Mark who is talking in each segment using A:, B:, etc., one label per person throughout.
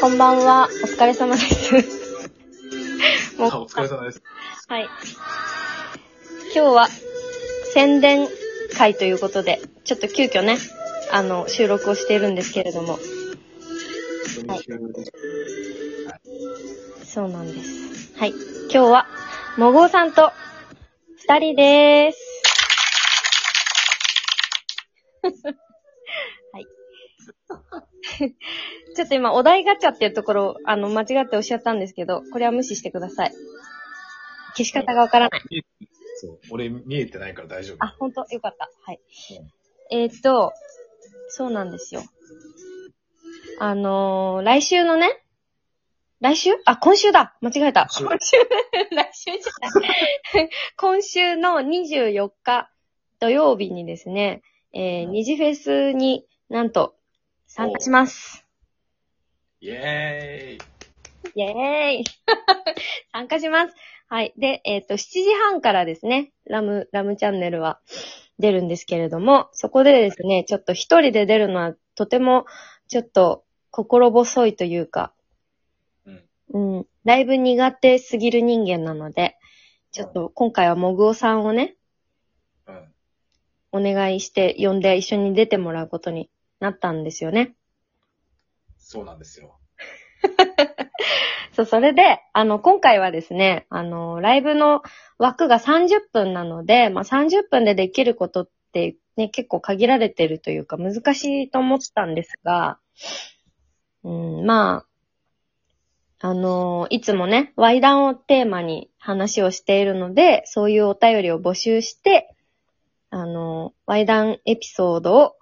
A: こんばんは。お疲れ様 です。もう
B: あ、お疲れ様です。
A: はい。今日は宣伝会ということで、ちょっと急遽ね、あの、収録をしているんですけれども。はいそうなんです。はい。今日は、もごうさんと、二人でーす。 はい。 ちょっと今、お題ガチャっていうところを、あの、間違っておっしちゃったんですけど、これは無視してください。消し方がわからない。
B: そう。俺、見えてないから大丈夫。
A: あ、ほんと、よかった。はい。えーっと、そうなんですよ。あのー、来週のね、来週あ、今週だ間違えた。今
B: 今
A: 週、 来週じゃない。 今週の24日土曜日にですね、えー、二次フェスになんと参加します。
B: イェーイ。
A: イェーイ 参加します。はい。で、えっ、と、7時半からですね、ラム、ラムチャンネルは出るんですけれども、そこでですね、ちょっと一人で出るのはとても、ちょっと心細いというか、
B: うん。
A: うん、ライブ苦手すぎる人間なので、ちょっと今回はもぐおさんをね、
B: うん。
A: お願いして呼んで一緒に出てもらうことになったんですよね。
B: そうなんですよ。
A: そう、それで、あの、今回はですね、あの、ライブの枠が30分なので、まあ、30分でできることってね、結構限られてるというか、難しいと思ったんですが、うん、まあ、あの、いつもね、ワイダンをテーマに話をしているので、そういうお便りを募集して、あの、ワイダンエピソードを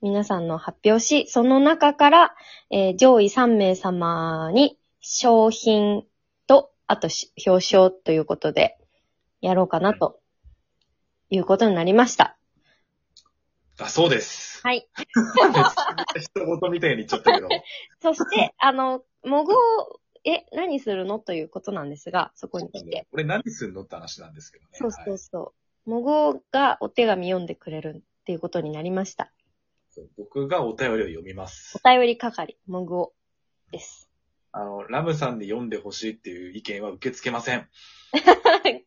A: 皆さんの発表し、その中から、えー上位3名様に商品と、あとし表彰ということで、やろうかなと、いうことになりました。
B: だそうです。
A: はい。
B: 一言みたいに言っちゃったけど。
A: そ して、あの、もぐを、え、何するのということなんですが、そこに来て。
B: 俺何すんのって話なんですけどね。
A: そうそ
B: は
A: う
B: い
A: そう。もぐがお手紙読んでくれるっていうことになりました。
B: そう僕がお便りを読みます。
A: お便り係、もぐをです。
B: あの、ラムさんに読んでほしいっていう意見は受け付けません。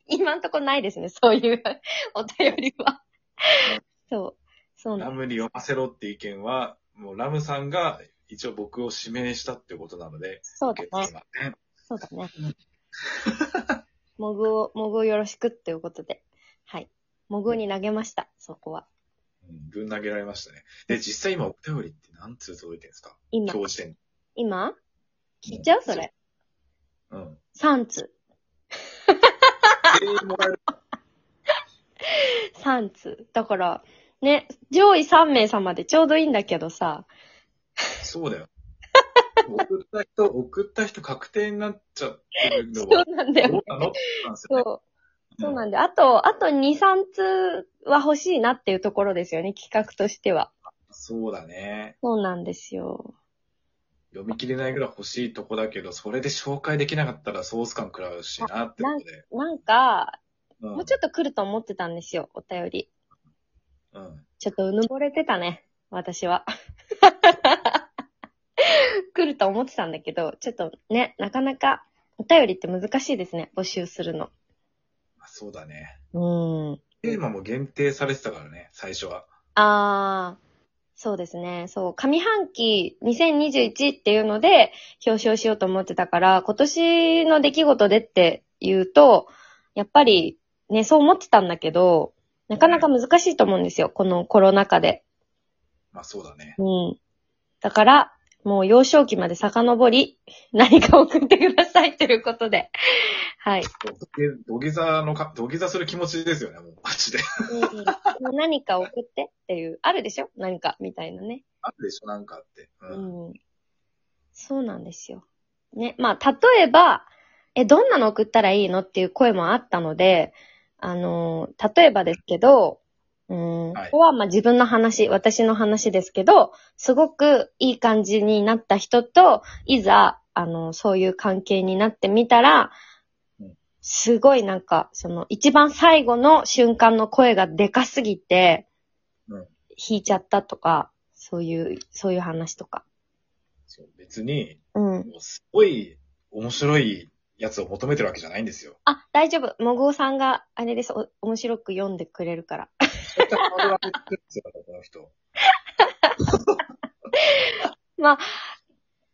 A: 今んとこないですね、そういう お便り は。そう。そうな
B: ラ
A: ん
B: ムに読ませろって意見は、もうラムさんが一応僕を指名したってことなので、
A: そうだ
B: 受け
A: ね
B: 付け。ません。
A: そうだね。 モグを、モグをよろしくっていうことで。はい。モグに投げました、そこは。
B: うんぶん投げられましたね。で、実際今お便りって何通届いてるんですか
A: 今、
B: 今日時点で。
A: 今聞いちゃうそれ。
B: うん。
A: 3通。
B: 全員もらえる。
A: 3通。だから、ね、上位3名様でちょうどいいんだけどさ、
B: そうだよ。送った人、送った人確定になっちゃってるの
A: そ
B: は、
A: うなんだよ
B: ど
A: ね
B: う。なのってなんですよね。
A: そう。そうなんで、あと、あと2、3通は欲しいなっていうところですよね、企画としては。
B: そうだね。
A: そうなんですよ。
B: 読み切れないぐらい欲しいとこだけど、それで紹介できなかったらソース感食らうしなってことで。
A: なんか、
B: うん
A: もう。ちょっと来ると思ってたんですよ、お便り。
B: うん。
A: ちょっとうぬぼれてたね、私は。 来ると思ってたんだけど、ちょっとね、なかなかお便りって難しいですね、募集するの。
B: まあそうだね。
A: うん。
B: テーマも限定されてたからね、最初は。
A: あー、そうですね、そう、上半期2021っていうので表彰しようと思ってたから、今年の出来事でって言うと、やっぱりね、そう思ってたんだけど、なかなか難しいと思うんですよ、このコロナ禍で。
B: まあそうだね。
A: うん。だから、もう幼少期まで遡り、 何か送ってくださいということで。はい。
B: 土下土下座のか、土下座する気持ちですよね、もう。マジで。
A: もう何か送ってっていう、あるでしょ何か、みたいなね。
B: あるでしょ、なんかあって。う。
A: うんん。そうなんですよ。ね。まあ、例えば、え、どんなの送ったらいいのっていう声もあったので、あのー例えばですけど、うん、
B: はい
A: ここはまあ自分の話、私の話ですけど、すごくいい感じになった人と、いざ、あの、そういう関係になってみたら
B: うん、
A: すごいなんか、その、一番最後の瞬間の声がでかすぎて、
B: うん
A: 弾いちゃったとか、そういう、そういう話とか。
B: そう別に、
A: うん。
B: もうすごい面白いやつを求めてるわけじゃないんです よ。
A: あ、大丈夫。もぐおさんが、あれです。お面白く読んでくれるから。
B: そういったハードル上げてるんですよ、この人。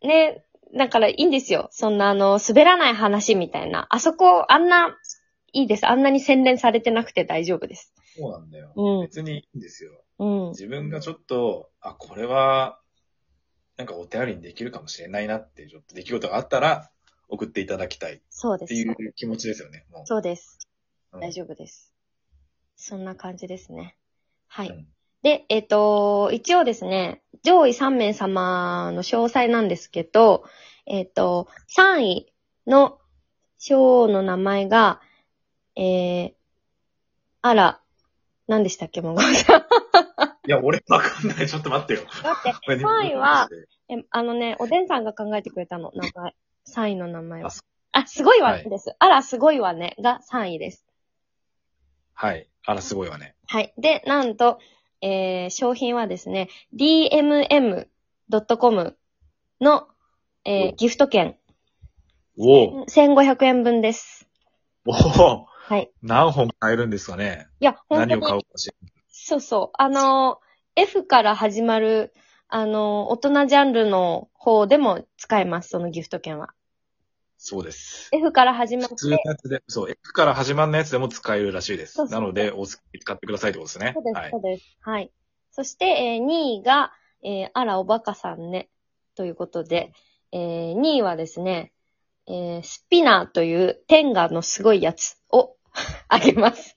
A: ね、だからいいんですよ。そんなあの、滑らない話みたいな。あそこ、あんな、いいです。あんなに洗練されてなくて大丈夫です。
B: そうなんだよ。
A: うん。
B: 別にいいんですよ。
A: うん。
B: 自分がちょっと、あ、これは、なんかお手ありにできるかもしれないなって、ちょっと出来事があったら、送っていただきたいっ
A: そうで
B: てい
A: す。
B: う気持ちですよね。もう
A: そうです。
B: うん
A: 大丈夫です。そんな感じですね。はい。
B: うん
A: で、えっ、と、一応ですね、上位3名様の詳細なんですけど、えっ、と、3位の賞の名前が、えー、あら、何でしたっけ、もうごめんなさい。
B: いや、俺わかんない。ちょっと待ってよ。
A: だって、3位は、えあのね、おでんさんが考えてくれたの、名前。3位の名前は
B: あそ。
A: あ、すごいわ
B: は
A: ね
B: い
A: です。あら、すごいわね、が3位です。
B: はい。あら、すごいわね。
A: はい。で、なんと、えー、商品はですね、dmm.com の、えー、ギフト券、
B: おお
A: 1500円分です。
B: おお
A: はい。
B: 何本買えるんですかね
A: いや、本
B: 何
A: 当
B: を買おう
A: に、
B: かし
A: そうそう。あのー、F から始まる、あのー、大人ジャンルの方でも使えます、そのギフト券は。
B: そうです。
A: F から始まっ
B: 普
A: て、
B: 通のやつで、そう、F から始まるやつでも使えるらしいで
A: そ
B: す
A: う。そう
B: なので、お好きに使ってくださいってことですね
A: そうで。
B: は
A: す、
B: い
A: そ。うです。はい。そして、えー2位が、えーあらおばかさんね、ということで、えー2位はですね、えースピナーという天下のすごいやつを あげます。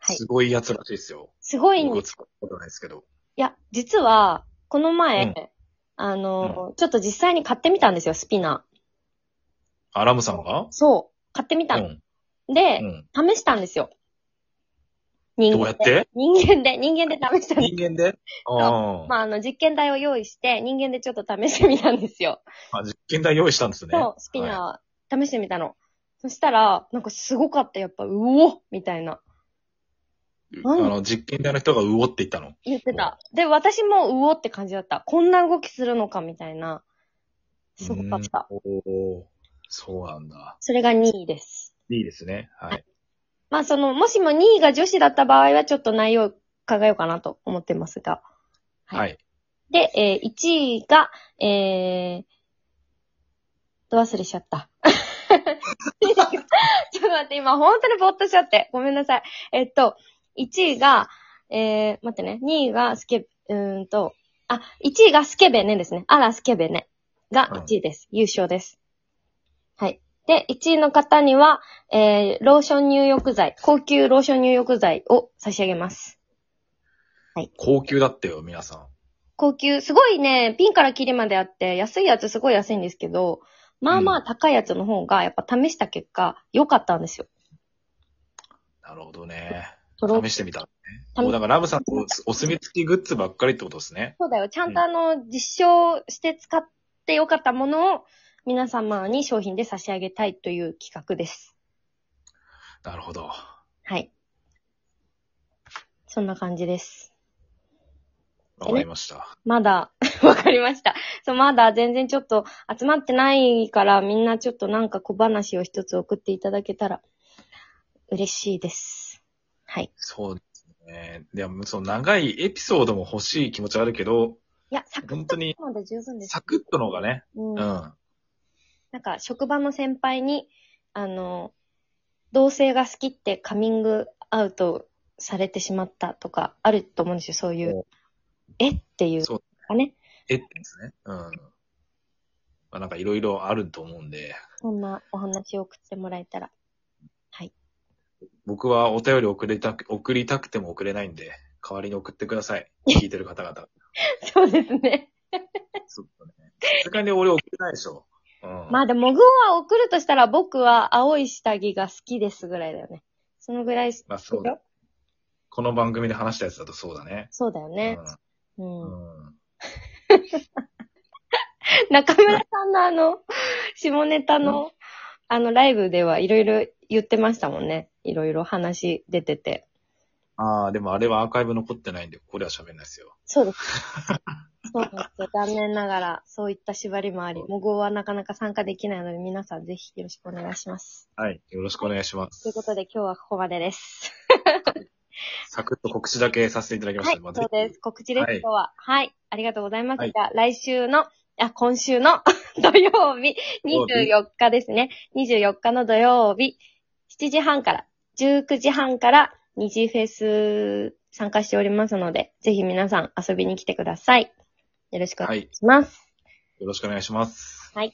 A: はい
B: すごいやつらしいですよ。
A: すごいん
B: 僕
A: です。
B: 使ったことないですけど。
A: いや、実は、この前、
B: うん
A: あのー、ちょっと実際に買ってみたんですよ、スピナー。
B: アラムさんが
A: そう。買ってみた
B: う
A: の。
B: ん。
A: で
B: う、ん。
A: 試したんですよ。人
B: どう
A: 間
B: やっ
A: で。
B: て
A: 人間で、人間で試したんです
B: 人間であ
A: まあ、あの、実験台を用意して、人間でちょっと試してみたんですよ。
B: あ。あ実験台用意したんですね。
A: そう、スピナー、試してみたの。そしたら、なんかすごかった、やっぱ、うおみたいな。
B: あ
A: 何
B: の、実験台の人がうおって言ったの。
A: 言ってた。で、私もうおって感じだった。こんな動きするのか、みたいな。すごかった。
B: うん。おおそうなんだ。
A: それが2位です。
B: いいですね。はい。
A: まあ、その、もしも2位が女子だった場合は、ちょっと内容を考えようかなと思ってますが。はい
B: はい。
A: で、えー、1位が、えー、ど忘れしちゃった。 ちょっと待って、今本当にぼーっとしちゃって。ごめんなさい。えっと、1位が、えー、待ってね、2位がスケ、うーんと、あ、1位がスケベネですね。あら、スケベネが1位です。優勝です。はい。で、1位の方には、えー、ローション入浴剤、高級ローション入浴剤を差し上げます。
B: 高級だってよ、皆さん。
A: 高級、すごいね、ピンからキリまであって、安いやつすごい安いんですけど、まあまあ高いやつの方が、やっぱ試した結果、良かったんですよ。
B: なるほどね。
A: とろ
B: 試してみたんです
A: 試
B: ね。もうだからラムさんお、お墨付きグッズばっかりってことですね。
A: そうだよ。ちゃんとあの、実証して使って良かったものを、皆様に商品で差し上げたいという企画です。
B: なるほど。
A: はい。そんな感じです。
B: わかりました。
A: まだ、 わかりました。そう、まだ全然ちょっと集まってないから、みんなちょっとなんか小話を一つ送っていただけたら、嬉しいです。はい。
B: そうですね。でも、その長いエピソードも欲しい気持ちはあるけど、
A: いや、サクッ
B: 本
A: と
B: 当に
A: まで十分です。
B: サクッとの方がね。
A: う。
B: うんん。
A: な
B: あ
A: んか、職場の先輩に、あの、同性が好きってカミングアウトされてしまったとか、あると思うんですよ、そういう。えっていう
B: そう
A: かね。
B: えってですね。うん。まあ、なんかいろいろあると思うんで、
A: そんなお話を送ってもらえたら。
B: 僕はお便り送りたく、送りたくても送れないんで、代わりに送ってください。聞いてる 方々。
A: そうですね。
B: そうだね。さすがに俺送れないでしょ。うん。
A: まあでも、モグオは送るとしたら、僕は青い下着が好きですぐらいだよね。そのぐらい、
B: まあそうだ。この番組で話したやつだとそうだね。
A: そうだよね。う。
B: うんん。うん。
A: 中村さんのあの、下ネタの、あの、ライブではいろいろ言ってましたもんね。いろいろ話出てて。
B: ああ、でもあれはアーカイブ残ってないんで、ここでは喋んないですよ。
A: そうです。そうなんですよ。残念ながら、そういった縛りもあり、模倣はなかなか参加できないので、皆さんぜひよろしくお願いします。
B: はい。よろしくお願いします。
A: ということで、今日はここまでです。
B: サクッと告知だけさせていただきまし
A: はい、
B: たのまあ
A: そうです。告知です、
B: はい
A: 今日は。はい、ありがとうございます。
B: はい
A: じゃあ、来週の、あ、今週の 土曜日、24日ですね。24日の土曜日、7時半から、19時半から、二次フェス参加しておりますので、ぜひ皆さん遊びに来てください。よろしくお
B: は
A: 願い
B: い。
A: します。
B: よろしくお願いします。
A: はい。